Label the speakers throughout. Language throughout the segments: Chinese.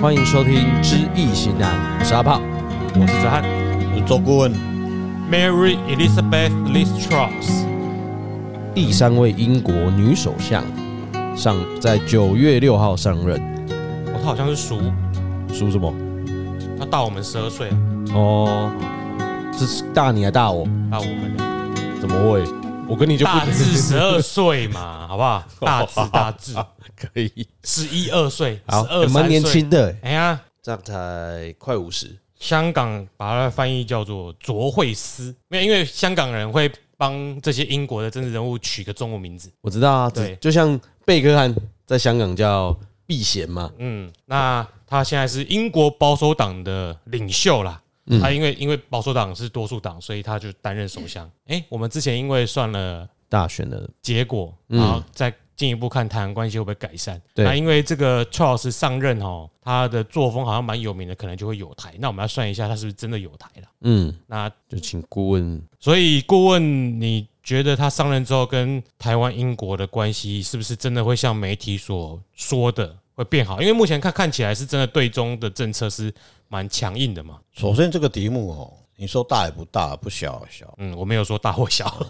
Speaker 1: 欢迎收听《知易行难》，我是阿炮。
Speaker 2: 我是哲翰
Speaker 3: 周顾问，
Speaker 2: ，Mary Elizabeth Liz Truss，
Speaker 1: 第三位英国女首相上在九月六号上任，
Speaker 2: 哦，她好像是叔，
Speaker 1: 属什么？
Speaker 2: 她大我们十二岁啊，
Speaker 1: 哦，这是大你还大我？
Speaker 2: 大我们两个
Speaker 1: 怎么会？我跟你就不
Speaker 2: 大致十二岁 嘛，好不好？大致大致
Speaker 1: 可以，
Speaker 2: 十一二岁，十
Speaker 1: 好，
Speaker 2: 二
Speaker 1: 你蛮
Speaker 2: 三
Speaker 1: 年
Speaker 2: 岁。
Speaker 1: 轻的欸，
Speaker 2: 哎呀，
Speaker 1: 这样才快五十。
Speaker 2: 香港把它翻译叫做卓慧思，没有，因为香港人会帮这些英国的政治人物取个中文名字。
Speaker 1: 我知道啊，
Speaker 2: 对
Speaker 1: 对，就像贝克汉在香港叫避嫌嘛，
Speaker 2: 嗯，那他现在是英国保守党的领袖啦。
Speaker 1: 嗯
Speaker 2: 他因为因为保守党是多数党，所以他就担任首相。哎、我们之前因为算了
Speaker 1: 大选的
Speaker 2: 结果，
Speaker 1: 嗯
Speaker 2: 然后再进一步看台湾关系会不会改善。
Speaker 1: 对
Speaker 2: 那因为这个 Charles 上任哦，他的作风好像蛮有名的，可能就会有台。那我们要算一下，他是不是真的有台了？
Speaker 1: 嗯，
Speaker 2: 那
Speaker 1: 就请顾问
Speaker 2: 所以顾问，你觉得他上任之后跟台湾、英国的关系是不是真的会像媒体所说的会变好？因为目前看看起来是真的对中的政策是蛮强硬的嘛。
Speaker 3: 首先这个题目哦，你说大也不大，不小也
Speaker 1: 哦
Speaker 3: 小。
Speaker 2: 嗯，我没有说大或小，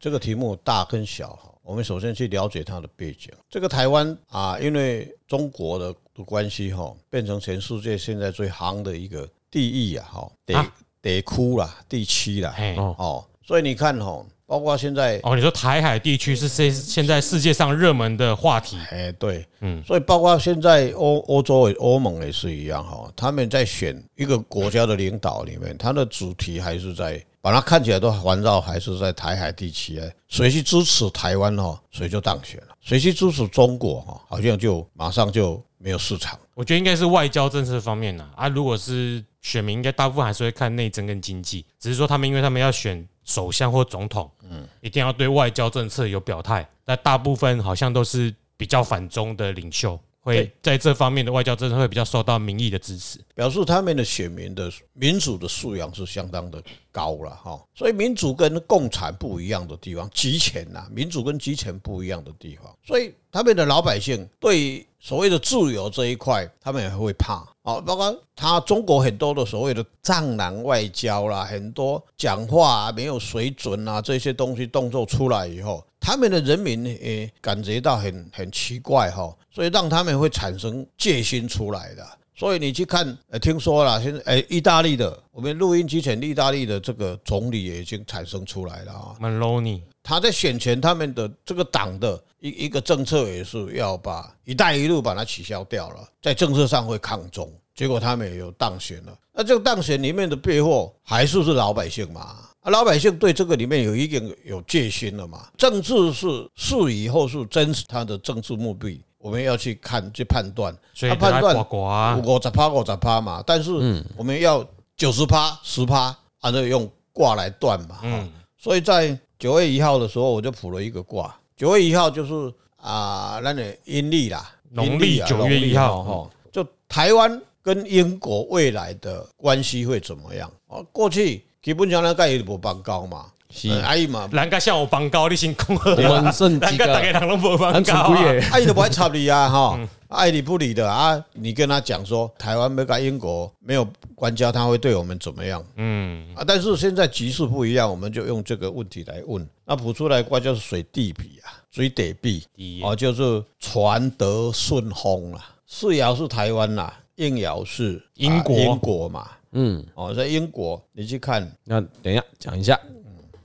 Speaker 3: 这个题目大跟小哈，我们首先去了解它的背景。这个台湾啊，因为中国的关系哈，变成全世界现在最行的一个地域啊，哈，得
Speaker 2: 啊
Speaker 3: 得哭啦，地区啦，
Speaker 2: 哎，
Speaker 1: 哦
Speaker 3: 哦，所以你看哈，包括现在
Speaker 2: 哦，你说台海地区是现现在世界上热门的话题，
Speaker 3: 哎、对，
Speaker 2: 嗯
Speaker 3: 嗯，所以包括现在欧欧洲也、欧盟也是一样哈，他们在选一个国家的领导里面，它的主题还是在把它看起来都环绕还是在台海地区哎，谁去支持台湾哈，谁就当选了；谁去支持中国哈，好像就马上就没有市场。
Speaker 2: 我觉得应该是外交政策方面啦。啊，如果是选民，应该大部分还是会看内政跟经济，只是说他们因为他们要选首相或总统，嗯，一定要对外交政策有表态。那大部分好像都是比较反中的领袖，会
Speaker 3: 对
Speaker 2: 在这方面的外交政策会比较受到民意的支持。
Speaker 3: 表示他们的选民的民主的素养是相当的高了哈。所以民主跟共产不一样的地方，集权呐、民主跟集权不一样的地方，所以他们的老百姓对于所谓的自由这一块，他们也会怕哦。包括他中国很多的所谓的战狼外交啦，很多讲话、啊、没有水准啊这些东西动作出来以后，他们的人民也感觉到很很奇怪哈、所以让他们会产生戒心出来的。所以你去看，呃，听说了，现在，呃，意大利的，我们录音之前，意大利的这个总理也已经产生出来了啊。
Speaker 2: Maloney，
Speaker 3: 他在选前，他们的这个党的一一个政策也是要把“一带一路”把它取消掉了，在政策上会抗中，结果他们也有当选了。那这个当选里面的背后还是是老百姓嘛？啊，老百姓对这个里面有一定有戒心了嘛？政治是是以后是真实他的政治目的，我们要去看去判断。
Speaker 2: 所以
Speaker 3: 他判
Speaker 2: 他
Speaker 3: 断
Speaker 2: 刮刮
Speaker 3: 五十趴五十趴嘛，但是我们要九十趴十趴，按照用卦来断嘛。
Speaker 2: 嗯
Speaker 3: 嗯，所以在九月一号的时候，我就卜了一个卦。九月一号就是啊，那你阴历啦，
Speaker 2: 农
Speaker 3: 阴
Speaker 2: 历
Speaker 3: 啊
Speaker 2: 9月1号
Speaker 3: 农历哈，就台湾跟英国未来的关系会怎么样？哦，过去基本上那个也不帮高嘛，
Speaker 1: 是
Speaker 3: 呃啊伊嘛，
Speaker 2: 人家向我帮高，你先恭贺，
Speaker 1: 我们剩
Speaker 2: 人
Speaker 1: 几
Speaker 2: 家大
Speaker 1: 个
Speaker 2: 概人都不帮
Speaker 1: 很
Speaker 2: 高、
Speaker 1: 常规
Speaker 2: 啊。
Speaker 1: 耶，
Speaker 3: 啊，伊都不爱插你啊，哈，
Speaker 2: 嗯
Speaker 3: 爱理不理的啊。你跟他讲说，台湾没跟英国没有关家，他会对我们怎么样
Speaker 2: 嗯，
Speaker 3: 啊？但是现在局势不一样，我们就用这个问题来问。那卜出来卦就是水地比啊，水得比
Speaker 2: 第一
Speaker 3: 哦，就是船得顺风啊。四爻是台湾啦、应爻是啊
Speaker 2: 英国
Speaker 3: 英国嘛。
Speaker 1: 嗯，
Speaker 3: 哦，在英国，你去看
Speaker 1: 那等一下讲一下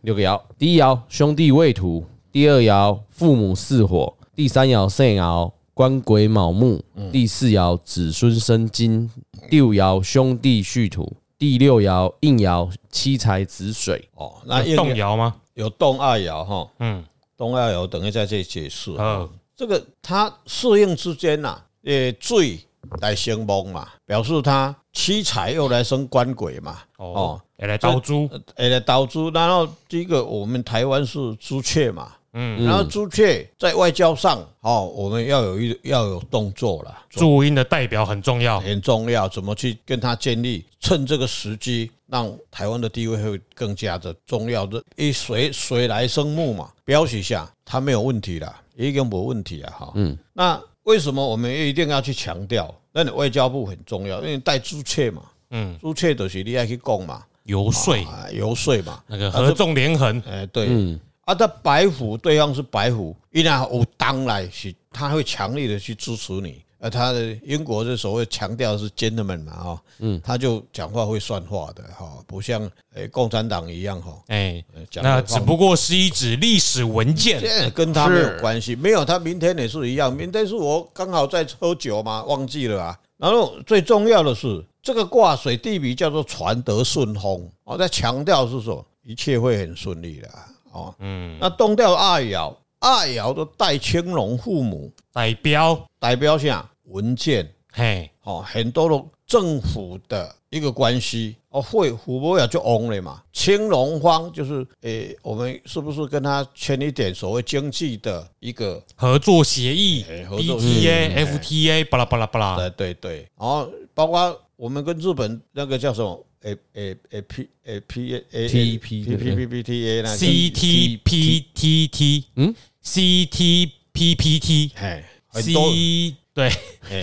Speaker 1: 六个爻，第一爻兄弟未土，第二爻父母巳火，第三爻肾爻官鬼卯木，第四爻子孙生金，第五爻兄弟戌土，第六爻应爻七财子水，
Speaker 3: 哦，那应
Speaker 2: 动摇吗？
Speaker 3: 有动二爻哈，
Speaker 2: 嗯，
Speaker 3: 动二爻等一下再解释啊。
Speaker 2: 呃，
Speaker 3: 这个它适应之间呐、呃，罪来生蒙嘛，表示它七财又来生官鬼嘛，
Speaker 2: 哦
Speaker 3: 哦，
Speaker 2: 也来倒猪，
Speaker 3: 呃，来导致，然后第一个我们台湾是朱雀嘛，
Speaker 2: 嗯，
Speaker 3: 然后朱雀在外交上哦，我们要有一要有动作了，
Speaker 2: 注音的代表很重要。
Speaker 3: 很重要，怎么去跟它建立，趁这个时机让台湾的地位会更加的重要的，一水水来生木嘛，标示一下，它啊没有问题啦，已经没问题了哈，嗯，那为什么我们一定要去强调？那你外交部很重要，因为带朱雀嘛，
Speaker 2: 嗯，
Speaker 3: 朱雀就是你爱去供嘛，
Speaker 2: 游说
Speaker 3: 啊，游说嘛，
Speaker 2: 那个合纵连横，
Speaker 3: 哎、对，啊，在白虎对方是白虎，依然有当来是，他会强力的去支持你。呃，他的英国是所谓强调的是 gentleman 嘛，哈，嗯，他就讲话会算话的哈、不像诶、共产党一样哈，
Speaker 2: 哎，
Speaker 3: 呃讲
Speaker 2: 那
Speaker 3: 得
Speaker 2: 只
Speaker 3: 放
Speaker 2: 不过是一纸历史文件
Speaker 3: 现，在跟他没有
Speaker 1: 是
Speaker 3: 关系，没有他明天也是一样，明天是我刚好在喝酒嘛，忘记了啊。然后最重要的是，这个卦水地比叫做传得顺风，我在强调是说一切会很顺利的啊哦。嗯，那东调二爻，二爻都带青龙父母，
Speaker 2: 代表，
Speaker 3: 代表下文件
Speaker 2: 嘿，
Speaker 3: 哦，很多的政府的一个关系哦，会虎伯也就翁了嘛。青龙方就是诶、我们是不是跟他签一点所谓经济的一个
Speaker 2: 合作协议
Speaker 3: 哎合作协议
Speaker 2: ，BTA、FTA，巴拉巴拉巴拉，
Speaker 3: 对对对，然后包括我们跟日本那个叫什么？A A A P A P A A
Speaker 1: T P
Speaker 3: P P P P T A 那个
Speaker 2: CTPTT，嗯，CTPPT，
Speaker 3: 哎，很多
Speaker 2: C 对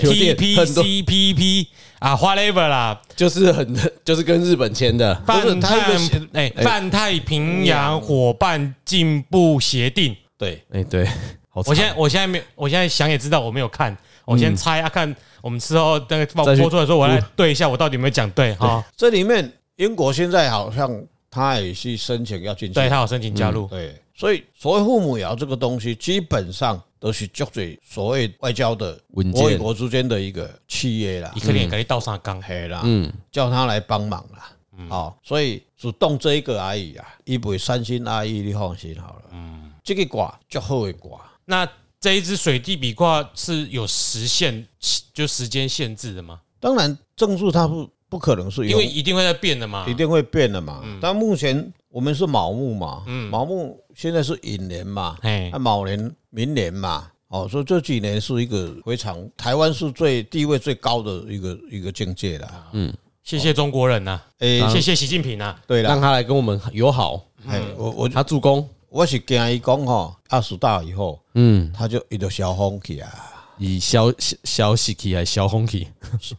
Speaker 1: 有点很多
Speaker 2: TPCPP 啊，whatever 啦，
Speaker 1: 就是很就是跟日本签的，
Speaker 3: 不是
Speaker 2: 泛
Speaker 3: 它有
Speaker 2: 太
Speaker 3: 个协
Speaker 2: 哎，泛太平
Speaker 3: 哎
Speaker 2: 洋伙伴进步协定。
Speaker 3: 对
Speaker 1: 哎、对，好惨，
Speaker 2: 我现在我现在没有，我现在想也知道我没有看，我先猜啊，看我们之后那个放
Speaker 1: 再去
Speaker 2: 播出来的时候，我来对一下我到底有没有讲对哈。
Speaker 3: 这里面英国现在好像他也是申请要进去
Speaker 2: 对，他有申请加入，
Speaker 3: 对，所以所谓父母爻这个东西，基本上都是作为所谓外交的
Speaker 1: 文件
Speaker 3: 国与国之间的一个契约啦
Speaker 2: 一，克连给你倒上缸，
Speaker 3: 嘿啦，
Speaker 1: 嗯，
Speaker 3: 叫他来帮忙啦。哦，所以只动这一个而已啊，伊不会三心二意，你放心好了。嗯，这个卦较好的卦，
Speaker 2: 那这一支水地比卦是有时限，就时间限制的吗？
Speaker 3: 当然正数它不不可能是
Speaker 2: 因
Speaker 3: 有
Speaker 2: 为一定会在变的嘛
Speaker 3: 一。定会变的嘛。但目前我们是卯木嘛，卯木现在是寅年嘛，
Speaker 2: 嘿
Speaker 3: 那卯啊年明年嘛，哦，所以这几年是一个非常台湾是最地位最高的一个一个境界
Speaker 1: 啊
Speaker 3: 啦。
Speaker 2: 谢谢中国人呐、
Speaker 3: 诶、
Speaker 2: 谢谢习近平啊呐、
Speaker 3: 对
Speaker 1: 让
Speaker 3: 啦，
Speaker 1: 他来跟我们友好，
Speaker 3: 哎，我我
Speaker 1: 他助攻，
Speaker 3: 我是惊伊讲吼，二十大以后，
Speaker 1: 嗯，
Speaker 3: 他就一直消风去啊，
Speaker 1: 以消消消息气还是消风气，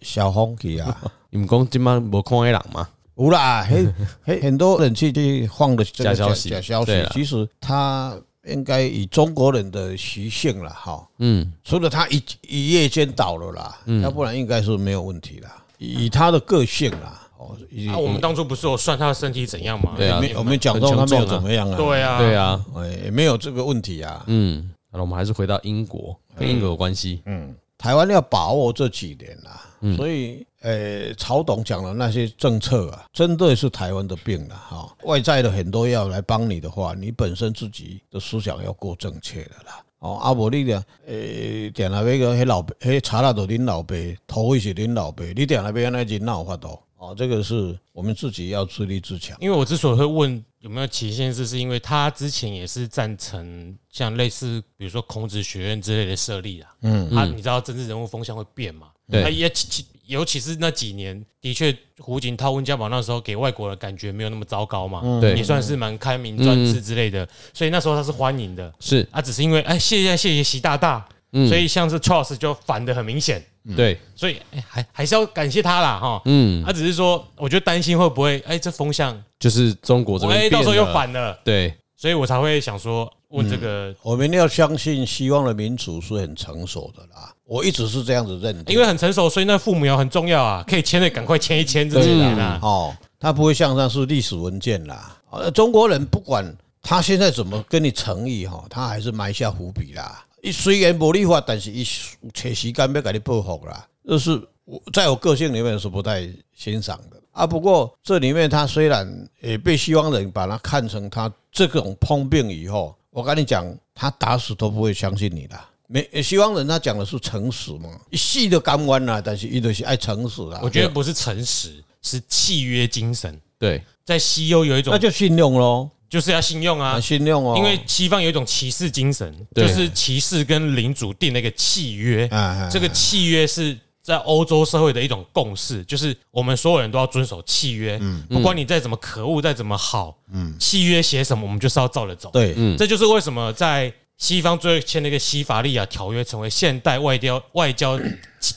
Speaker 3: 消风去啊。
Speaker 1: 你们讲今晚无看的人嘛？
Speaker 3: 有啦，很很很多人去去放的这
Speaker 1: 假
Speaker 3: 个
Speaker 1: 消息
Speaker 3: 假消息
Speaker 1: 对啦，
Speaker 3: 其实他应该以中国人的习性了哈，嗯，除了他一一夜间倒了啦，
Speaker 1: 嗯
Speaker 3: 要不然应该是没有问题啦。以以他的个性啦，哦，以
Speaker 2: 啊，我们当初不是有算他的身体怎样吗？
Speaker 1: 对啊
Speaker 3: 也没我们讲到他
Speaker 1: 很
Speaker 3: 没
Speaker 1: 强壮
Speaker 3: 有
Speaker 1: 啊
Speaker 3: 怎么样啊，
Speaker 2: 对啊，
Speaker 1: 对啊，
Speaker 3: 哎，也没有这个问题啊。
Speaker 1: 嗯，那我们还是回到英国，跟英国有关系，
Speaker 3: 嗯台湾要把握这几年啦，
Speaker 1: 嗯
Speaker 3: 所以呃，曹董讲的那些政策啊，真的是台湾的病了哈、外在的很多要来帮你的话，你本身自己的思想要够正确的啦。哦，阿无你俩，诶、定下尾个迄老爸，迄查啦都恁老爸，头位是恁老爸，你定下尾安尼人哪有法度？哦，这个是我们自己要自立自强。
Speaker 2: 因为我之所以会问有没有期限制，是因为他之前也是赞成像类似比如说孔子学院之类的设立啦。嗯，他你知道政治人物风向会变嘛？
Speaker 1: 对
Speaker 2: 那也其其尤其是那几年，的确胡锦涛、温家宝那时候给外国人感觉没有那么糟糕嘛，
Speaker 1: 嗯对
Speaker 2: 也
Speaker 3: 嗯
Speaker 2: 算是蛮开明专制之类的，所以那时候他是欢迎的。
Speaker 1: 是
Speaker 2: 啊，只是因为哎，谢谢谢谢习大大，所以像是 Charles 就反的很明显。
Speaker 3: 嗯
Speaker 1: 对，
Speaker 2: 所以、哎还还是要感谢他啦，哈，
Speaker 1: 嗯，
Speaker 2: 他、只是说，我就担心会不会，哎、这风向，
Speaker 1: 就是中国这
Speaker 2: 哎、
Speaker 1: 边
Speaker 2: 到时候
Speaker 1: 变
Speaker 2: 又
Speaker 1: 了，
Speaker 2: 反了，
Speaker 1: 对，
Speaker 2: 所以我才会想说问这个，
Speaker 1: 嗯
Speaker 3: 我们要相信西方的民主是很成熟的啦，我一直是这样子认定。
Speaker 2: 因为很成熟，所以那父母爻很重要啊，可以签的赶快签一签，这些
Speaker 1: 嗯
Speaker 2: 人啊，
Speaker 3: 哦，它不会像那是历史文件啦。呃，中国人不管他现在怎么跟你诚意哈，他还是埋下伏笔啦。一虽然无立法，但是一切时间要给你报复啦。这是我在我个性里面是不太欣赏的啊。不过这里面他虽然也被西方人把他看成他这种碰病以后，我跟你讲，他打死都不会相信你的。没西方人他讲的是诚实嘛，一细的甘愿啦，但是一直是爱诚实啦。
Speaker 2: 我觉得不是诚实，是契约精神，
Speaker 1: 对，
Speaker 2: 在西欧有一
Speaker 3: 那
Speaker 2: 种
Speaker 3: 就信用喽。
Speaker 2: 就是要信用啊
Speaker 3: 啊，，信用哦，
Speaker 2: 因为西方有一种骑士精神，
Speaker 1: 对嗯
Speaker 2: 就是骑士跟领主定了一个契约，
Speaker 3: 啊，
Speaker 2: 这个契约是在欧洲社会的一种共识，就是我们所有人都要遵守契约，
Speaker 1: 嗯
Speaker 2: 不管你再怎么
Speaker 1: 嗯
Speaker 2: 可恶，再怎么好，契约写什么，我们就是要照着走。
Speaker 3: 对，
Speaker 2: 这就是为什么在西方最后签了一个《西法利亚条约》，成为现代外交 外交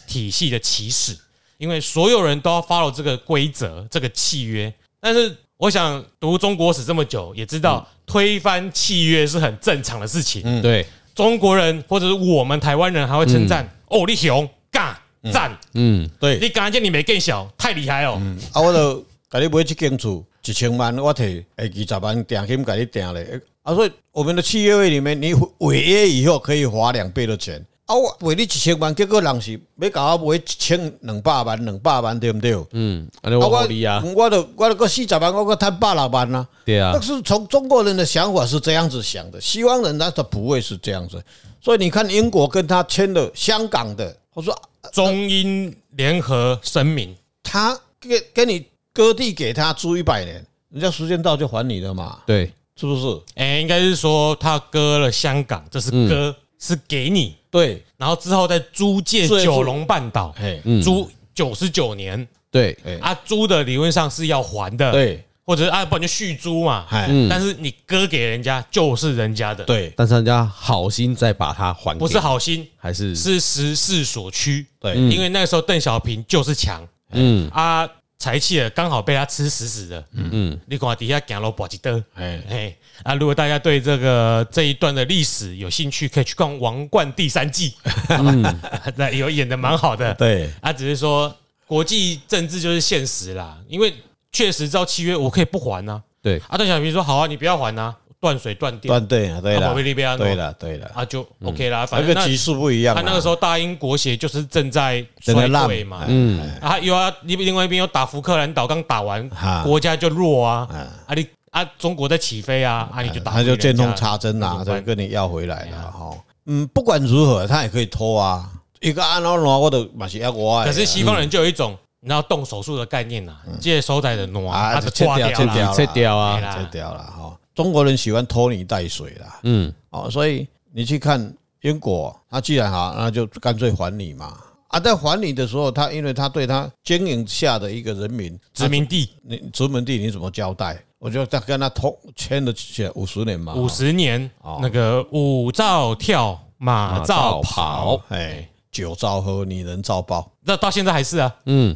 Speaker 2: 体系的起始，因为所有人都要 follow 这个规则、这个契约。但是，我想读中国史这么久，也知
Speaker 1: 嗯
Speaker 2: 道推翻契约是很正常的事情。
Speaker 3: 嗯
Speaker 1: 对，
Speaker 2: 中国人或者是我们台湾人还会称赞、哦，你熊尬赞，
Speaker 1: 嗯，
Speaker 3: 对
Speaker 2: 你刚才你没更小，太厉害哦。
Speaker 3: 啊，我就甲你买一间厝，一千万，我摕下二十万定金甲你定咧。啊，所以我们的契约里面，你违约以后可以罚两倍的钱。啊，我赔你一千万，结果人是要甲我买一千两百万，两百万对不对？啊，
Speaker 1: 嗯，安尼我合理啊，
Speaker 3: 我就我就个四十万，我个贪八六万啊。
Speaker 1: 对啊
Speaker 3: 但，是从中国人的想法是这样子想的，西方人他的不会是这样子。所以你看，英国跟他签了香港的，我说
Speaker 2: 中英联合声明，
Speaker 3: 他给给你割地给他租一百年，人家时间到就还你了嘛，
Speaker 1: 对，
Speaker 3: 是不是？
Speaker 2: 哎、应该是说他割了香港，这是
Speaker 1: 嗯
Speaker 2: 割，是给你，
Speaker 3: 对，
Speaker 2: 然后之后再租借
Speaker 3: 所以
Speaker 2: 九龙半岛，
Speaker 3: 哎，
Speaker 1: 嗯，
Speaker 2: 租九十九年，
Speaker 1: 对，
Speaker 3: 哎，
Speaker 2: 啊，租的理论上是要还的，，
Speaker 3: 对，
Speaker 2: 或者是啊，不然就续租嘛，
Speaker 3: 哎，
Speaker 1: 嗯
Speaker 2: 但是你割给人家就是人家的，，
Speaker 3: 对，
Speaker 1: 但是人家好心再把它还给，
Speaker 2: 不是好心，
Speaker 1: 还是
Speaker 2: 是时势所趋，
Speaker 3: 对
Speaker 2: 因为那时候邓小平就是强
Speaker 1: 嗯
Speaker 2: 啊，柴契尔刚好被他吃死死的，
Speaker 1: 嗯，
Speaker 2: 你看底下行路跋一刀。
Speaker 3: 哎，
Speaker 2: 哎，啊，如果大家对这个这一段的历史有兴趣，可以去看《王冠》第三季，
Speaker 1: 嗯
Speaker 2: 那有演的蛮好的。
Speaker 3: 对，
Speaker 2: 啊，只是说国际政治就是现实啦，因为确实照契约我可以不还呐、
Speaker 1: 对，
Speaker 2: 啊。啊，邓小平说好啊，你不要还呐、断水断电
Speaker 3: 断嗯对啊，对
Speaker 2: 啊宝
Speaker 3: 了
Speaker 2: 贝你，不要弄
Speaker 3: 对了，对了，
Speaker 2: 啊，就 OK 啦。
Speaker 3: 那
Speaker 2: 反
Speaker 3: 个
Speaker 2: 正那
Speaker 3: 级数不一样
Speaker 2: 他
Speaker 3: 嘛。
Speaker 2: 那个时候大英国协就是正在
Speaker 3: 正在
Speaker 2: 衰
Speaker 3: 烂
Speaker 2: 退嘛，
Speaker 1: 嗯，
Speaker 2: 啊，又啊，另另外一边又打福克兰岛，刚打完
Speaker 3: 啊，
Speaker 2: 国家就弱啊，
Speaker 3: 嗯
Speaker 2: 啊你啊中国在起飞啊，啊你就打
Speaker 3: 他就见缝
Speaker 2: 差，
Speaker 3: 插针
Speaker 2: 那
Speaker 3: 啊，
Speaker 2: 怎么
Speaker 3: 就
Speaker 2: 办
Speaker 3: 跟你要回来
Speaker 2: 哎
Speaker 3: 了哈。嗯，不管如何，他也可以拖啊。一个安老罗，我都嘛是要我的啊。嗯
Speaker 2: 可是西方人就有一种你知道动手术的概念呐，啊借手仔的挪
Speaker 3: 啊
Speaker 2: 啊，
Speaker 3: 就
Speaker 2: 就
Speaker 3: 切
Speaker 2: 挂
Speaker 3: 掉
Speaker 2: 掉
Speaker 3: 切掉
Speaker 1: 撤掉啊，
Speaker 2: 了，没
Speaker 3: 啦
Speaker 2: 啦
Speaker 3: 这掉了哈。中国人喜欢拖泥带水啦，
Speaker 1: 嗯，
Speaker 3: 哦，所以你去看英国，他既然好，那就干脆还你嘛。啊，在还你的时候，他因为他对他经营下的一个人民
Speaker 1: 啊
Speaker 2: 殖，民地
Speaker 3: 你殖民地你怎么交代？我就在跟他通签了写五十年嘛，
Speaker 2: 五十年
Speaker 3: 哦
Speaker 2: 那个舞照跳，马照
Speaker 1: 马照跑
Speaker 2: 跑
Speaker 1: 好，
Speaker 3: 哎，酒照喝，你人照报，
Speaker 2: 那到现在还是啊，
Speaker 1: 嗯，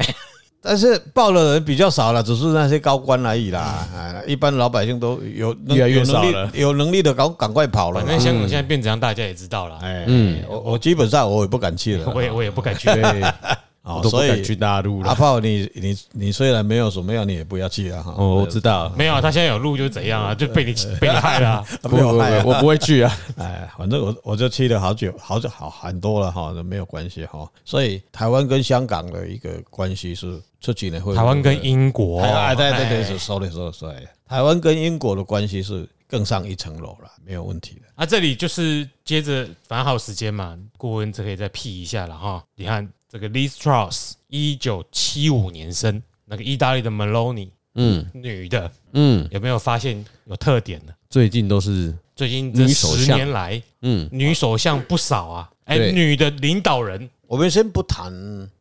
Speaker 3: 但是报的人比较少了，只是那些高官而已啦，哎，一般老百姓都有能
Speaker 1: 越来越
Speaker 3: 有能力
Speaker 1: 少了
Speaker 3: 有能力的赶赶快跑了
Speaker 2: 反
Speaker 3: 啦。
Speaker 2: 正香港现在变怎样，大家也知道了，
Speaker 3: 哎，
Speaker 1: 嗯
Speaker 3: 我我基本上我也不敢去了，
Speaker 2: 我也我也不敢去，
Speaker 1: 对，我
Speaker 3: 哦
Speaker 1: 都不
Speaker 3: 所以啊
Speaker 1: 敢去大陆
Speaker 3: 阿
Speaker 1: 了。
Speaker 3: 炮，你你你虽然没有什么样，你也不要去啊哈。
Speaker 1: 哦，我知道，
Speaker 2: 没有啊，他现在有路就怎样啊，就被你被你害了啊。
Speaker 1: 不不不，我不会去 啊。
Speaker 3: 哎，反正我我就去了好久，好久好很多了哈，没有关系哈。所以台湾跟香港的一个关系是这几年会
Speaker 2: 台湾跟英国，
Speaker 3: 台湾哎对对
Speaker 2: 哎
Speaker 3: 对，是 sorry sorry sorry，台湾跟英国的关系是更上一层楼了，没有问题的。
Speaker 2: 啊，这里就是接着，反正还有时间嘛，顾问这可以再 P 一下了哈。你看这个 Liz Truss，一九七五年生，那个意大利的 Meloni，
Speaker 1: 嗯
Speaker 2: 女的，
Speaker 1: 嗯，
Speaker 2: 有没有发现有特点呢？
Speaker 1: 最近都是
Speaker 2: 最近这
Speaker 1: 女首
Speaker 2: 十
Speaker 1: 相
Speaker 2: 年来，
Speaker 1: 嗯
Speaker 2: 女首相不少啊，哎，
Speaker 1: 对
Speaker 2: 女的领导人，
Speaker 3: 我们先不谈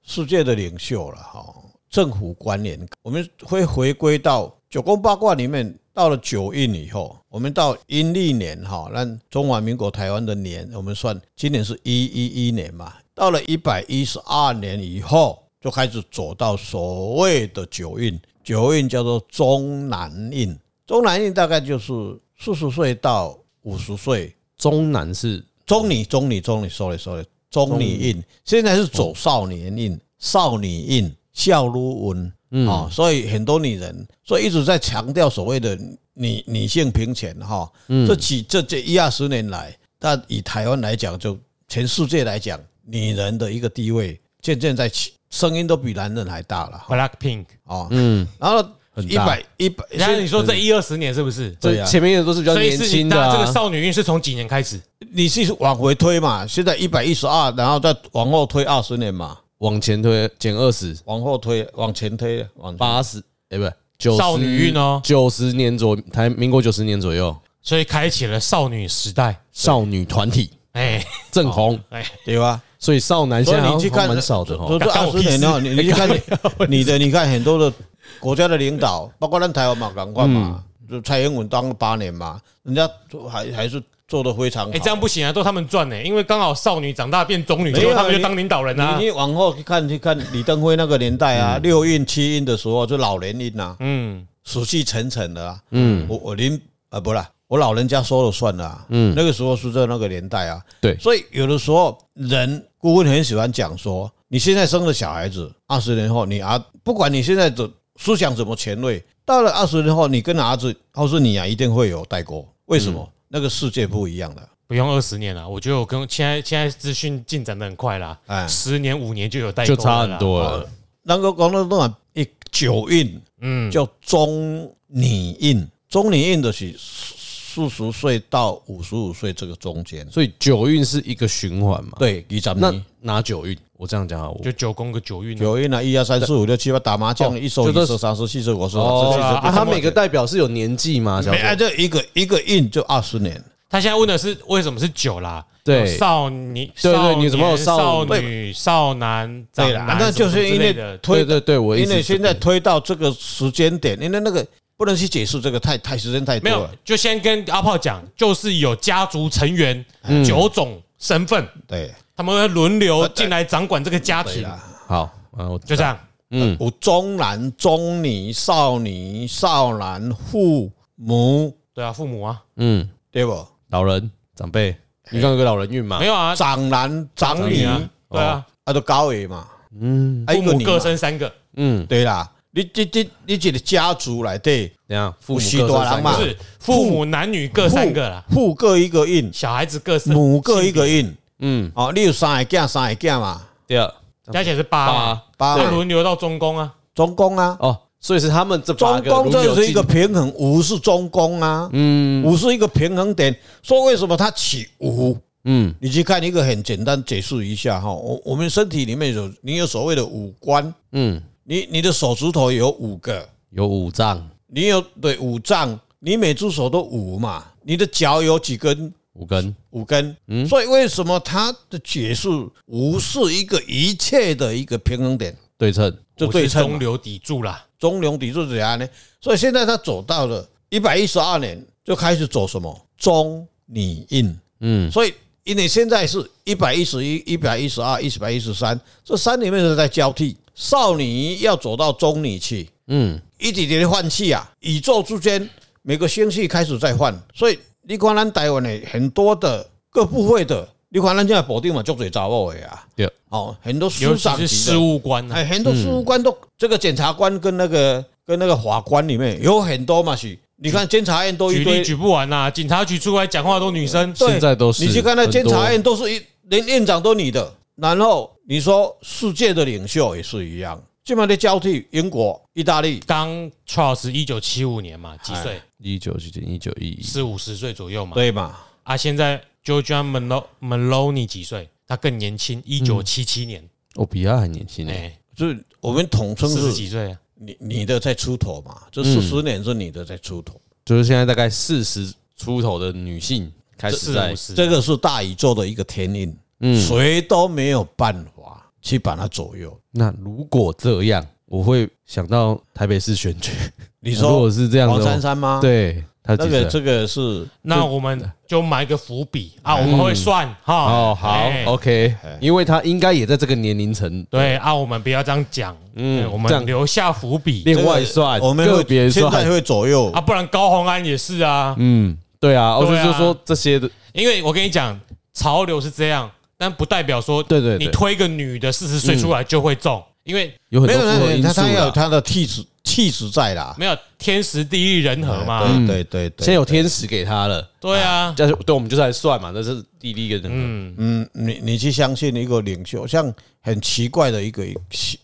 Speaker 3: 世界的领袖了哈，政府关联，我们会回归到九宫八卦里面。到了九运以后，我们到阴历年哈，那中华民国台湾的年，我们算今年是一一一年嘛。到了一百一十二年以后，就开始走到所谓的九运，九运叫做中南运。中南运大概就是四十岁到五十岁
Speaker 1: 中南是
Speaker 3: 中女中女中女，sorry sorry，中女印现在是
Speaker 1: 哦
Speaker 3: 走少年印、少女印、孝如文
Speaker 1: 嗯
Speaker 3: 啊、哦，所以很多女人，所以一直在强调所谓的女女性平权哈、
Speaker 1: 嗯
Speaker 3: 这几这这一二十年来，但以台湾来讲，就全世界来讲，女人的一个地位渐渐在起，声音都比男人还大了哈
Speaker 2: Black Pink，
Speaker 3: 哦
Speaker 1: 嗯，
Speaker 3: 然后
Speaker 1: 很
Speaker 3: 一
Speaker 1: 大
Speaker 3: 百一百，
Speaker 2: 然后你说这一二十年是不是？
Speaker 3: 对
Speaker 1: 这
Speaker 3: 啊
Speaker 1: 前面的都是比较
Speaker 2: 所以
Speaker 1: 嗯年
Speaker 2: 是你
Speaker 1: 轻的
Speaker 2: 那这个
Speaker 1: 啊，
Speaker 2: 少女运是从几年开始？
Speaker 3: 你是往回推嘛？现在一百一十二，然后再往后推二十年嘛，
Speaker 1: 往前推减二十
Speaker 3: 往后推，往前推，往前推
Speaker 1: 八十，哎不九
Speaker 2: 少女运哦
Speaker 1: 九十年左台民国九十年左右，
Speaker 2: 所以开启了少女时代，
Speaker 1: 少女团体
Speaker 2: 哎
Speaker 1: 正红，
Speaker 2: 哎，
Speaker 3: 对吧？
Speaker 1: 所以少男现
Speaker 3: 所以
Speaker 1: 在
Speaker 3: 你
Speaker 1: 好
Speaker 3: 去
Speaker 1: 像
Speaker 3: 看
Speaker 1: 蛮少的哦
Speaker 3: 都。是
Speaker 2: 干
Speaker 3: 二
Speaker 2: 我
Speaker 3: 十
Speaker 2: 屁
Speaker 3: 年
Speaker 2: 事
Speaker 3: 了，你你去看你你的，你看很多的国家的领
Speaker 1: 嗯
Speaker 3: 导，包括咱台湾嘛，赶快嘛，就蔡英文当了八年嘛，人家还还是做得非常好。
Speaker 2: 哎，这样不行啊，都他们赚呢，因为刚好少女长大变中女，
Speaker 3: 没
Speaker 2: 结
Speaker 3: 有啊
Speaker 2: 果他们就当领导人啊
Speaker 3: 你。你往后去看去看李登辉那个年代啊，六运七运的时候就老年运呐、啊，
Speaker 2: 嗯，
Speaker 3: 死气沉沉的啊。
Speaker 1: 嗯，
Speaker 3: 我我临啊不啦，我老人家说了算了、啊。嗯，那个时候是在那个年代啊。
Speaker 1: 对
Speaker 3: 所以有的时候人顾问很喜欢讲说，你现在生了小孩子，二十年后你啊，不管你现在怎思想怎么前卫，到了二十年后，你跟儿子或是你啊，一定会有代沟。为什
Speaker 1: 嗯
Speaker 3: 么？那个世界不一样的。
Speaker 2: 不用二十年啊了，我觉得我跟现在现在资讯进展的很快啦，
Speaker 3: 哎，
Speaker 2: 十年五年就有代沟
Speaker 1: 啊就
Speaker 2: 了啦
Speaker 1: 差很。多了。
Speaker 3: 能够讲到那啊一九运
Speaker 2: 嗯，
Speaker 3: 叫中女印，中女印的是四十岁到五十五岁这个中间，
Speaker 1: 所以九运是一个循环嘛？，
Speaker 3: 对，你咱
Speaker 1: 那
Speaker 3: 们
Speaker 1: 哪九运？我这样讲啊，我
Speaker 2: 就九宫跟九运啊。
Speaker 3: 九运啊，一二三四五六七八打麻将，
Speaker 1: 哦
Speaker 3: 一手
Speaker 1: 就
Speaker 3: 一
Speaker 1: 这
Speaker 3: 手三十四手五十
Speaker 1: 哦
Speaker 3: 十七
Speaker 1: 啊，
Speaker 3: 手，
Speaker 1: 他每个代表是有年纪嘛？小
Speaker 3: 没
Speaker 1: 姐
Speaker 3: 啊，这一个一个印就二十年，
Speaker 2: 他现在问的是为什么是九啦？
Speaker 1: 对
Speaker 2: 有少女，
Speaker 1: 对对
Speaker 2: 少
Speaker 1: 你怎么有
Speaker 2: 年
Speaker 1: 少
Speaker 2: 少
Speaker 1: 女
Speaker 2: 女、少男、长
Speaker 3: 对啦，
Speaker 2: 男
Speaker 3: 啊那
Speaker 2: 什
Speaker 3: 就
Speaker 2: 么什么
Speaker 3: 是
Speaker 2: 之
Speaker 3: 因
Speaker 2: 类
Speaker 3: 为
Speaker 1: 对
Speaker 2: 的？
Speaker 3: 推，
Speaker 1: 对对，我意
Speaker 3: 因
Speaker 1: 思
Speaker 3: 为
Speaker 1: 是
Speaker 3: 现在推到这个时间点，因为那个不能去解释这个太太时间太
Speaker 2: 没
Speaker 3: 多
Speaker 2: 有
Speaker 3: 了，，
Speaker 2: 就先跟阿炮讲，就是有家族成员九种身份，
Speaker 3: 对，
Speaker 2: 他们会轮流进来掌管这个家
Speaker 3: 对
Speaker 2: 庭，
Speaker 3: 啦。
Speaker 1: 好，啊，我
Speaker 2: 就这样。
Speaker 1: 嗯
Speaker 3: 有中男、中女、少女、少男、父母，
Speaker 2: 对啊，父母啊，
Speaker 1: 嗯，
Speaker 3: 对不？
Speaker 1: 老人长辈，你刚刚有个老人运嘛
Speaker 2: 没？有啊，
Speaker 3: 长男、长
Speaker 2: 女
Speaker 3: 女，
Speaker 2: 啊，对啊，
Speaker 3: 啊，都高诶嘛，
Speaker 1: 嗯
Speaker 3: 啊
Speaker 2: 父
Speaker 3: 一个
Speaker 2: 母
Speaker 3: 女嘛
Speaker 2: 各生三个，
Speaker 1: 嗯，
Speaker 3: 对啦。你这这你这个家族来对，
Speaker 1: 怎样？父
Speaker 3: 有
Speaker 1: 母
Speaker 3: 许
Speaker 1: 各
Speaker 3: 多
Speaker 1: 生三
Speaker 3: 人
Speaker 1: 个
Speaker 3: 嘛
Speaker 2: 不是父母男女各三个啦，
Speaker 3: 父父各一个印，
Speaker 2: 小孩子各生
Speaker 3: 母各一个印，
Speaker 1: 嗯，
Speaker 3: 哦，你有三个囝，三个囝嘛，
Speaker 1: 第二
Speaker 2: 加起来是八啊，
Speaker 3: 八
Speaker 2: 那
Speaker 3: 嘛，
Speaker 2: 轮流到中宫啊，
Speaker 3: 中公啊，
Speaker 1: 哦，所以是他们这八
Speaker 3: 中
Speaker 1: 个轮
Speaker 3: 公这
Speaker 1: 流
Speaker 3: 是一个
Speaker 1: 进
Speaker 3: 平衡，五是中公啊，嗯，五是一个平衡点，说为什么它起五？
Speaker 1: 嗯
Speaker 3: 你去看一个很简单解释一下哈，我我们身体里面有你有所谓的五官，
Speaker 1: 嗯，
Speaker 3: 你你的手指头有五个，
Speaker 1: 有五脏
Speaker 3: 你有对五脏，你每只手都五嘛，你的脚有几根？
Speaker 1: 五根，
Speaker 3: 五根，所以为什么它的解释无是一个一切的一个平衡点，
Speaker 1: 对称，
Speaker 3: 就
Speaker 2: 我
Speaker 3: 对
Speaker 2: 是
Speaker 3: 称
Speaker 2: 中
Speaker 3: 嘛
Speaker 2: 流砥柱啦，
Speaker 3: 中流砥柱怎样呢？所以现在他走到了一百一十二年，就开始走什么中女印，
Speaker 1: 嗯，
Speaker 3: 所以因为现在是一百一十一、一百一十二、一百一十三，这三里面是在交替，少女要走到中女去，
Speaker 1: 嗯，
Speaker 3: 一点点的换气啊，宇宙之间每个星系开始在换，所以你看咱台湾的很多的各部会的，你看咱现在保定嘛，足嘴查某的啊，
Speaker 1: 对，
Speaker 3: 哦，很多书
Speaker 2: 尤其
Speaker 3: 长级
Speaker 2: 是
Speaker 3: 的
Speaker 2: 事务官啊，
Speaker 3: 哎，很多事务官都这个检察官跟那个跟那个法官里面有很多嘛是，你看监察院都一
Speaker 2: 举
Speaker 3: 堆
Speaker 2: 例，举不完呐、警察局出来讲话都女生，
Speaker 3: 对
Speaker 1: 现在都是
Speaker 3: 你去看那
Speaker 1: 很多
Speaker 3: 监察院都是一连院长都你的，然后你说世界的领袖也是一样，基本上在交替英国、意大利，
Speaker 2: 刚 Charles 一九七五年嘛，几岁？
Speaker 1: 一九七零一九一一，
Speaker 2: 四五十岁左右嘛。
Speaker 3: 对嘛？
Speaker 2: 啊，现在 Georgia Melo- Meloni 几岁？他更年轻，一九七七年，
Speaker 1: 哦，比他还年轻呢，
Speaker 2: 哎，
Speaker 3: 就是我们统称
Speaker 2: 四十
Speaker 3: 是
Speaker 2: 几岁啊，
Speaker 3: 你你的在出头嘛，这
Speaker 1: 嗯
Speaker 3: 四十年是你的在出头，
Speaker 1: 就是现在大概四十出头的女性开始
Speaker 2: 四
Speaker 1: 在
Speaker 2: 五，十。
Speaker 3: 这个是大宇宙的一个天印，
Speaker 1: 嗯，
Speaker 3: 谁都没有办法去把它左右。
Speaker 1: 那如果这样，我会想到台北市选举，
Speaker 3: 你
Speaker 1: 如果
Speaker 3: 说
Speaker 1: 是这样
Speaker 3: 黄珊
Speaker 1: 的话，
Speaker 3: 珊吗？，
Speaker 1: 对，他
Speaker 3: 那
Speaker 1: 几
Speaker 3: 个
Speaker 1: 岁？
Speaker 3: 这个是
Speaker 2: 那我们就埋个伏笔啊，我们会算哈。
Speaker 1: 哦，好
Speaker 2: 哎
Speaker 1: ，OK，因为他应该也在这个年龄层，
Speaker 2: 对啊，我们不要这样讲，嗯，
Speaker 1: 这
Speaker 2: 我们
Speaker 1: 样
Speaker 2: 留下伏笔
Speaker 1: 另外算，
Speaker 3: 我们
Speaker 1: 个
Speaker 3: 会
Speaker 1: 别
Speaker 3: 现在
Speaker 1: 算，
Speaker 3: 会左右
Speaker 2: 啊，，不然高洪安也是啊，
Speaker 1: 嗯，对啊，我就
Speaker 2: 对啊
Speaker 1: 就说这些的，
Speaker 2: 因为我跟你讲，潮流是这样，但不代表说
Speaker 1: 对对对
Speaker 2: 你推个女的四十岁出
Speaker 3: 嗯
Speaker 2: 来就会中，因为
Speaker 1: 有很
Speaker 3: 没
Speaker 1: 多
Speaker 3: 有
Speaker 1: 复合因
Speaker 3: 他
Speaker 1: 素啊
Speaker 3: 他要有
Speaker 1: 啦。
Speaker 3: 他的气质气质在啦，
Speaker 2: 没有天时地利人和嘛。
Speaker 3: 对对对对，
Speaker 1: 现在有天使给他了，
Speaker 2: 对啊，
Speaker 1: 但是对我们就是来算嘛，这是第一个人，
Speaker 2: 嗯，
Speaker 3: 嗯，你你去相信一个领袖，像很奇怪的一个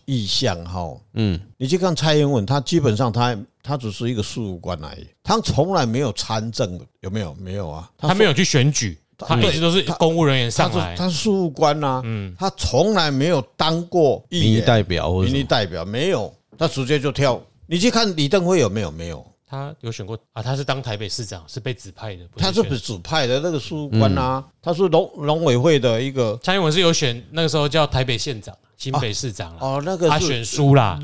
Speaker 3: 意象哈，
Speaker 1: 嗯，
Speaker 3: 你去看蔡英文，他基本上他他只是一个事务官而已，他从来没有参政，有没有？没有啊，
Speaker 2: 他没有去选举，他一直都是公务人员
Speaker 3: 他
Speaker 2: 上
Speaker 3: 是
Speaker 2: 来。
Speaker 3: 他是事务官呐，嗯，他从来没有当过
Speaker 1: 民
Speaker 3: 议
Speaker 1: 意
Speaker 3: 员、
Speaker 1: 代表或者
Speaker 3: 民
Speaker 1: 什
Speaker 3: 意
Speaker 1: 么
Speaker 3: 代表，没有，他直接就跳。你去看李登辉有没有？没有，
Speaker 2: 他有选过啊，他是当台北市长，是被指派的。不
Speaker 3: 他是
Speaker 2: 选
Speaker 3: 不是指派的那个事务官啊？他是农农委会的一个
Speaker 2: 蔡英文是有选，那个时候叫台北县长、新北市长啦，
Speaker 3: 哦，那个
Speaker 2: 他
Speaker 3: 是
Speaker 2: 选输啦，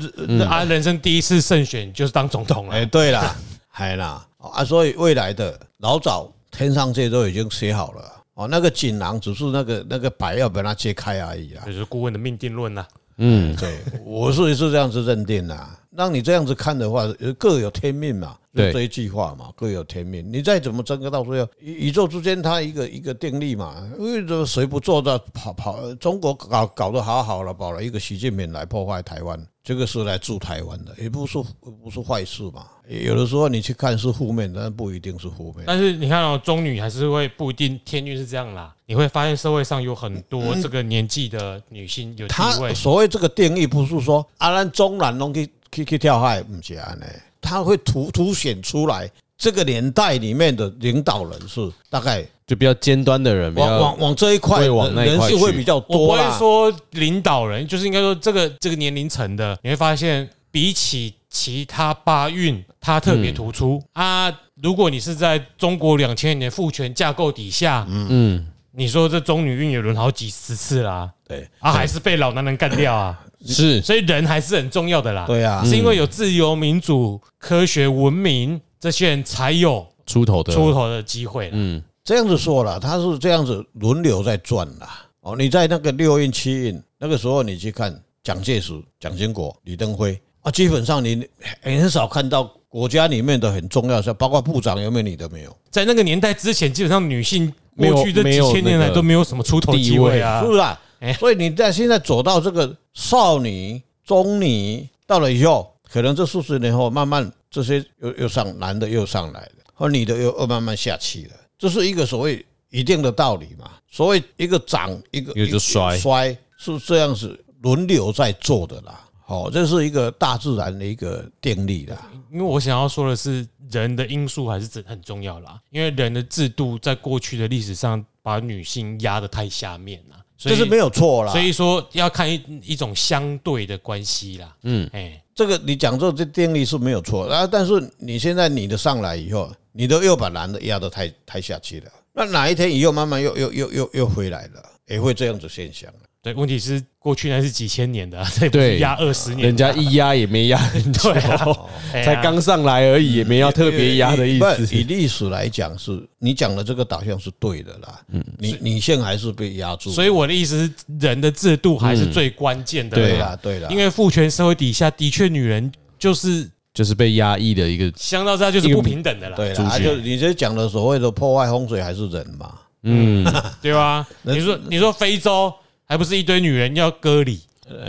Speaker 2: 他
Speaker 3: 嗯
Speaker 2: 人生第一次胜选就是当总统
Speaker 3: 哎，哦
Speaker 2: 了。
Speaker 3: 对啦，还啦啊，所以未来的老早天上界都已经写好了。哦，那个锦囊只是那个那个白要把它揭开而已啊
Speaker 2: 这。就是顾问的命定论啦。
Speaker 1: 嗯，
Speaker 3: 对，我是是这样子认定的、让你这样子看的话，呃各有天命嘛，就
Speaker 1: 对
Speaker 3: 这一句话嘛，各有天命。你再怎么争个到最后，宇宇宙之间它一个一个定律嘛，为什么谁不做到跑跑？呃中国搞搞得好好了，跑了一个习近平来破坏台湾，这个是来助台湾的，也不是不是坏事嘛。有的时候你去看是负面，但不一定是负面。
Speaker 2: 但是你看哦，中女还是会不一定天运是这样啦。你会发现社会上有很多
Speaker 3: 嗯
Speaker 2: 这个年纪的女性有地
Speaker 3: 他
Speaker 2: 位，
Speaker 3: 所谓这个定义，不是说啊，咱中南拢去去去跳海，不是安尼，他会凸凸显出来这个年代里面的领导人是大概
Speaker 1: 就比较尖端的人，比
Speaker 3: 往
Speaker 1: 较
Speaker 3: 往往这一块
Speaker 1: 会往那一
Speaker 3: 人
Speaker 1: 块
Speaker 3: 是会
Speaker 1: 去
Speaker 3: 比较
Speaker 2: 我不
Speaker 3: 多
Speaker 2: 会
Speaker 3: 啦。
Speaker 2: 说领导人，就是应该说这个这个年龄层的，你会发现比起其他八运，它特别突出、
Speaker 1: 嗯
Speaker 2: 啊。如果你是在中国两千年父权架构底下，
Speaker 1: 嗯，
Speaker 2: 你说这中女运也轮好几十次啦，
Speaker 3: 对
Speaker 2: 啊，还是被老男人干掉啊，
Speaker 1: 是
Speaker 2: 所以人还是很重要的啦。
Speaker 3: 对啊，
Speaker 2: 是因为有自由、民主、科学、文明这些人才有
Speaker 1: 出头的，
Speaker 2: 出头的机会啦。
Speaker 1: 嗯，
Speaker 3: 这样子说了，他是这样子轮流在转啦。哦，你在那个六运七运那个时候，你去看蒋介石、蒋经国、李登辉啊，基本上你你很少看到国家里面的很重要的，包括部长有没有你的没有。
Speaker 2: 在那个年代之前，基本上女性
Speaker 1: 没有
Speaker 2: 过去这
Speaker 1: 没
Speaker 2: 几
Speaker 1: 有
Speaker 2: 千年来
Speaker 1: 那个
Speaker 2: 都没有什么出头机会啊
Speaker 3: 是。不是、啊
Speaker 2: 哎？
Speaker 3: 所以你在现在走到这个少女、中女，到了以后，可能这数十年后，慢慢这些又又上男的又上来了，和女的又又慢慢下去了，这是一个所谓一定的道理嘛。所谓一个涨，一个
Speaker 1: 一个就衰
Speaker 3: 衰是这样子轮流在做的啦。好、这是一个大自然的一个定律啦。
Speaker 2: 因为我想要说的是，人的因素还是真很重要啦。因为人的制度在过去的历史上把女性压得太下面了，所
Speaker 3: 这
Speaker 2: 以
Speaker 3: 是没有错啦，
Speaker 2: 所以说要看一一种相对的关系啦。嗯，哎，
Speaker 3: 这个你讲这这定力是没有错啊，但是你现在你的上来以后，你都又把男的压得太太下去了，那哪一天以后慢慢又又又又又回来了，也会这样子现象。
Speaker 2: 对，问题是过去那是几千年的啊， 这不是
Speaker 1: 对
Speaker 2: 压二十年的啊，
Speaker 1: 人家一压也没压很 久，
Speaker 2: 哎
Speaker 3: 啊
Speaker 2: 呀
Speaker 1: 才刚上来而已，也没要特别压的意
Speaker 3: 不以
Speaker 1: 思。
Speaker 3: 历史来讲是，你讲的这个导向是对的啦。嗯，你你现在还是被压住。
Speaker 2: 所
Speaker 3: 以
Speaker 2: 以我的意思是，人的制度还
Speaker 1: 嗯
Speaker 2: 是最关键的、
Speaker 3: 对
Speaker 2: 啦，
Speaker 3: 啦，
Speaker 1: 啊
Speaker 3: 对啦，
Speaker 2: 因为父权社会底下的确女人就是
Speaker 1: 就是被压抑的一个，
Speaker 2: 相较之下就是不平等的啦，
Speaker 3: 对啦，啊就你这讲的所谓的破坏风水还是人嘛。
Speaker 1: 嗯，
Speaker 2: 对吧？你说你说非洲还不是一堆女人要割礼？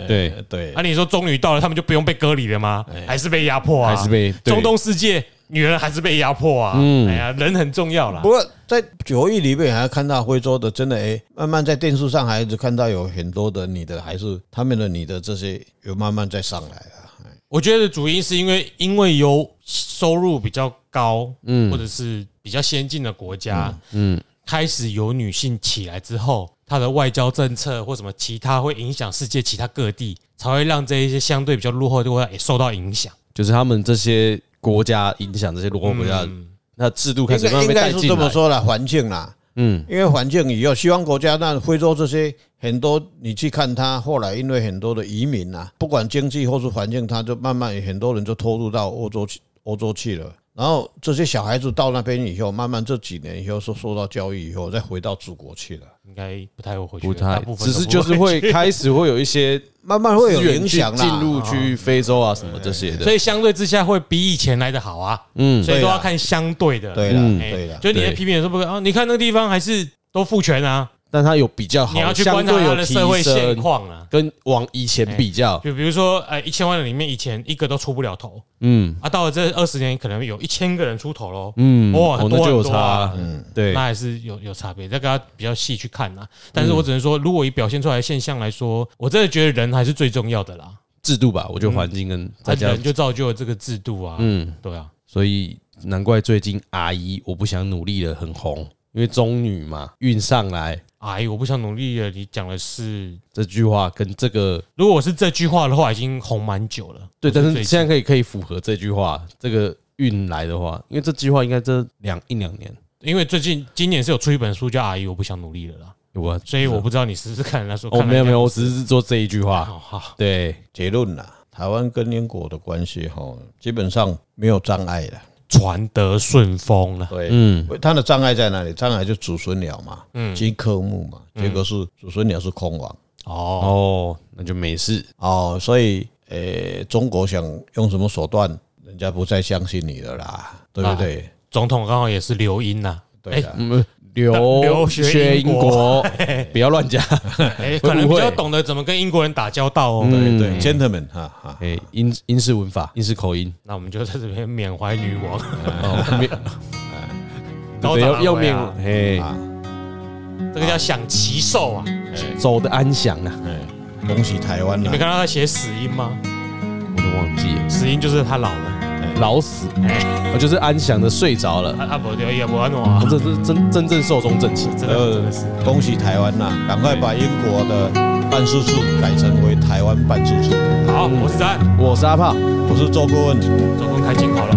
Speaker 1: 对，哎
Speaker 3: 呃对
Speaker 2: 啊，，你说中女到了，他们就不用被割礼了吗？还是被压迫啊？
Speaker 1: 还是被对嗯
Speaker 2: 中东世界女人还是被压迫啊？哎呀，人很重要啦
Speaker 3: 不。过在九亿里面还看到徽州的，真的哎、慢慢在电视上还是看到有很多的你的，还是他们的你的这些有慢慢在上来了。
Speaker 2: 我觉得主因是因为因为有收入比较高，嗯，或者是比较先进的国家，
Speaker 1: 嗯，
Speaker 2: 开始有女性起来之后，她的外交政策或什么其他会影响世界其他各地，才会让这一些相对比较落后的国家也受到影响。
Speaker 1: 就是他们这些国家影响这些落后国家，那制度开
Speaker 3: 应
Speaker 1: 始慢慢
Speaker 3: 该嗯应
Speaker 1: 被带
Speaker 3: 该是
Speaker 1: 进
Speaker 3: 这么
Speaker 1: 来。
Speaker 3: 说啦，环境啦，
Speaker 1: 嗯，
Speaker 3: 因为环境以后，西方国家那非洲这些很多，你去看它后来因为很多的移民啊，不管经济或是环境，它就慢慢很多人就拖入到欧洲去，欧洲去了。然后这些小孩子到那边以后，慢慢这几年以后受受到教育以后，再回到祖国去了。
Speaker 2: 应该不太会回去
Speaker 1: 不
Speaker 2: 的，大
Speaker 1: 太
Speaker 2: 部，分
Speaker 1: 只
Speaker 2: 都
Speaker 1: 是
Speaker 2: 不
Speaker 1: 就是会
Speaker 2: 去。
Speaker 1: 开始会有一些
Speaker 3: 慢慢会有
Speaker 1: 资源
Speaker 3: 影
Speaker 1: 去
Speaker 3: 响啦，
Speaker 1: 进入去非洲啊什么这些
Speaker 2: 所
Speaker 1: 的。
Speaker 2: 以相对之下会比以前来的好啊，
Speaker 1: 嗯，
Speaker 2: 所以
Speaker 3: 对
Speaker 2: 都
Speaker 3: 啦
Speaker 2: 要看相对的。
Speaker 3: 对了，
Speaker 1: 嗯
Speaker 2: 哎
Speaker 3: 对了，
Speaker 2: 就你在
Speaker 1: 对
Speaker 2: 批评说不啊，你看那个地方还是都父权啊，
Speaker 1: 但他有比较好，
Speaker 2: 你要去
Speaker 1: 相
Speaker 2: 观察
Speaker 1: 对
Speaker 2: 它
Speaker 1: 有
Speaker 2: 的
Speaker 1: 提
Speaker 2: 社会现
Speaker 1: 升，
Speaker 2: 况啊。
Speaker 1: 跟往以前比较，
Speaker 2: 就比如说，呃，一千万人里面以前一个都出不了头
Speaker 1: 嗯
Speaker 2: 啊，到了这二十年，可能有一千个人出头喽。
Speaker 1: 嗯，
Speaker 2: 哇
Speaker 1: 哦，
Speaker 2: 多
Speaker 1: 那就有
Speaker 2: 很多啊
Speaker 1: 差，嗯，对
Speaker 2: 那，还是有有差别，这个要比较细去看啦。但是我只能说，如果以表现出来的现象来说，我真的觉得人还是最重要的啦。
Speaker 1: 制度吧，我觉得环境跟
Speaker 2: 那
Speaker 1: 再加
Speaker 2: 嗯人就造就了这个制度啊。嗯，对啊，
Speaker 1: 所以难怪最近阿姨我不想努力了很红，因为中女嘛运上来
Speaker 2: 哎，我不想努力了。你讲的是，
Speaker 1: 这句话跟这个
Speaker 2: 如果我是这句话的话，已经红蛮久了。
Speaker 1: 对，但是
Speaker 2: 最近
Speaker 1: 现在可以可以符合这句话，这个运来的话，因为这句话应该这两一两年，
Speaker 2: 因为最近今年是有出一本书叫《阿姨，我不想努力了》啦，
Speaker 1: 我
Speaker 2: 所以我不知道你试试看。他说
Speaker 1: 哦没有没有，，我
Speaker 2: 看
Speaker 1: 只是做这一句
Speaker 2: 来看
Speaker 1: 话，
Speaker 2: 哦好，
Speaker 1: 对，
Speaker 3: 结论啦，台湾跟英国的关系哈，基本上没有障碍了。
Speaker 2: 传得顺风啊了。
Speaker 3: 对，
Speaker 1: 嗯，
Speaker 3: 他的障碍在哪里？障碍就子孙鸟嘛，金科木嘛，结果是子孙鸟是空亡
Speaker 2: 哦，
Speaker 1: 哦，那就没事。
Speaker 3: 哦，所以呃，中国想用什么手段，人家不再相信你了啦，对不对？
Speaker 2: 总统刚好也是留啊英 呐，
Speaker 3: 对啊的，
Speaker 1: 嗯，留
Speaker 2: 留学英国，
Speaker 1: 不要 乱讲。
Speaker 2: 哎，
Speaker 1: 会
Speaker 2: 可能
Speaker 1: 不
Speaker 2: 比
Speaker 1: 会
Speaker 2: 较懂得怎么跟英国人打交道
Speaker 1: 嗯
Speaker 2: 哦。
Speaker 3: 对对，gentlemen 哈哈，
Speaker 1: 哎，英英式文法，英式口音，
Speaker 2: 那我们就在这边缅怀女王，
Speaker 1: 哦，免
Speaker 2: 高
Speaker 1: 对
Speaker 2: 涨
Speaker 1: 要要
Speaker 2: 免
Speaker 1: 免，嘿，
Speaker 2: 这个叫享其寿啊！
Speaker 1: 嗯走的安详啊，
Speaker 3: 哎，恭喜台湾
Speaker 2: 你
Speaker 3: 啦
Speaker 2: 没！看到他写死因吗？
Speaker 1: 我都忘记了，
Speaker 2: 死因就是他老了，
Speaker 1: 老死，我就是安详的睡着了，哦
Speaker 2: 啊啊不对，也不安啊
Speaker 1: 这是真真正寿终正寝。
Speaker 2: 真的真的是。
Speaker 3: 呃恭喜台湾啦！赶快把英国的办事处改成为台湾办事处。
Speaker 1: 呃
Speaker 2: 好，我是詹，
Speaker 1: 我是阿炮。
Speaker 3: 我是周顾问。
Speaker 2: 周公开金好了。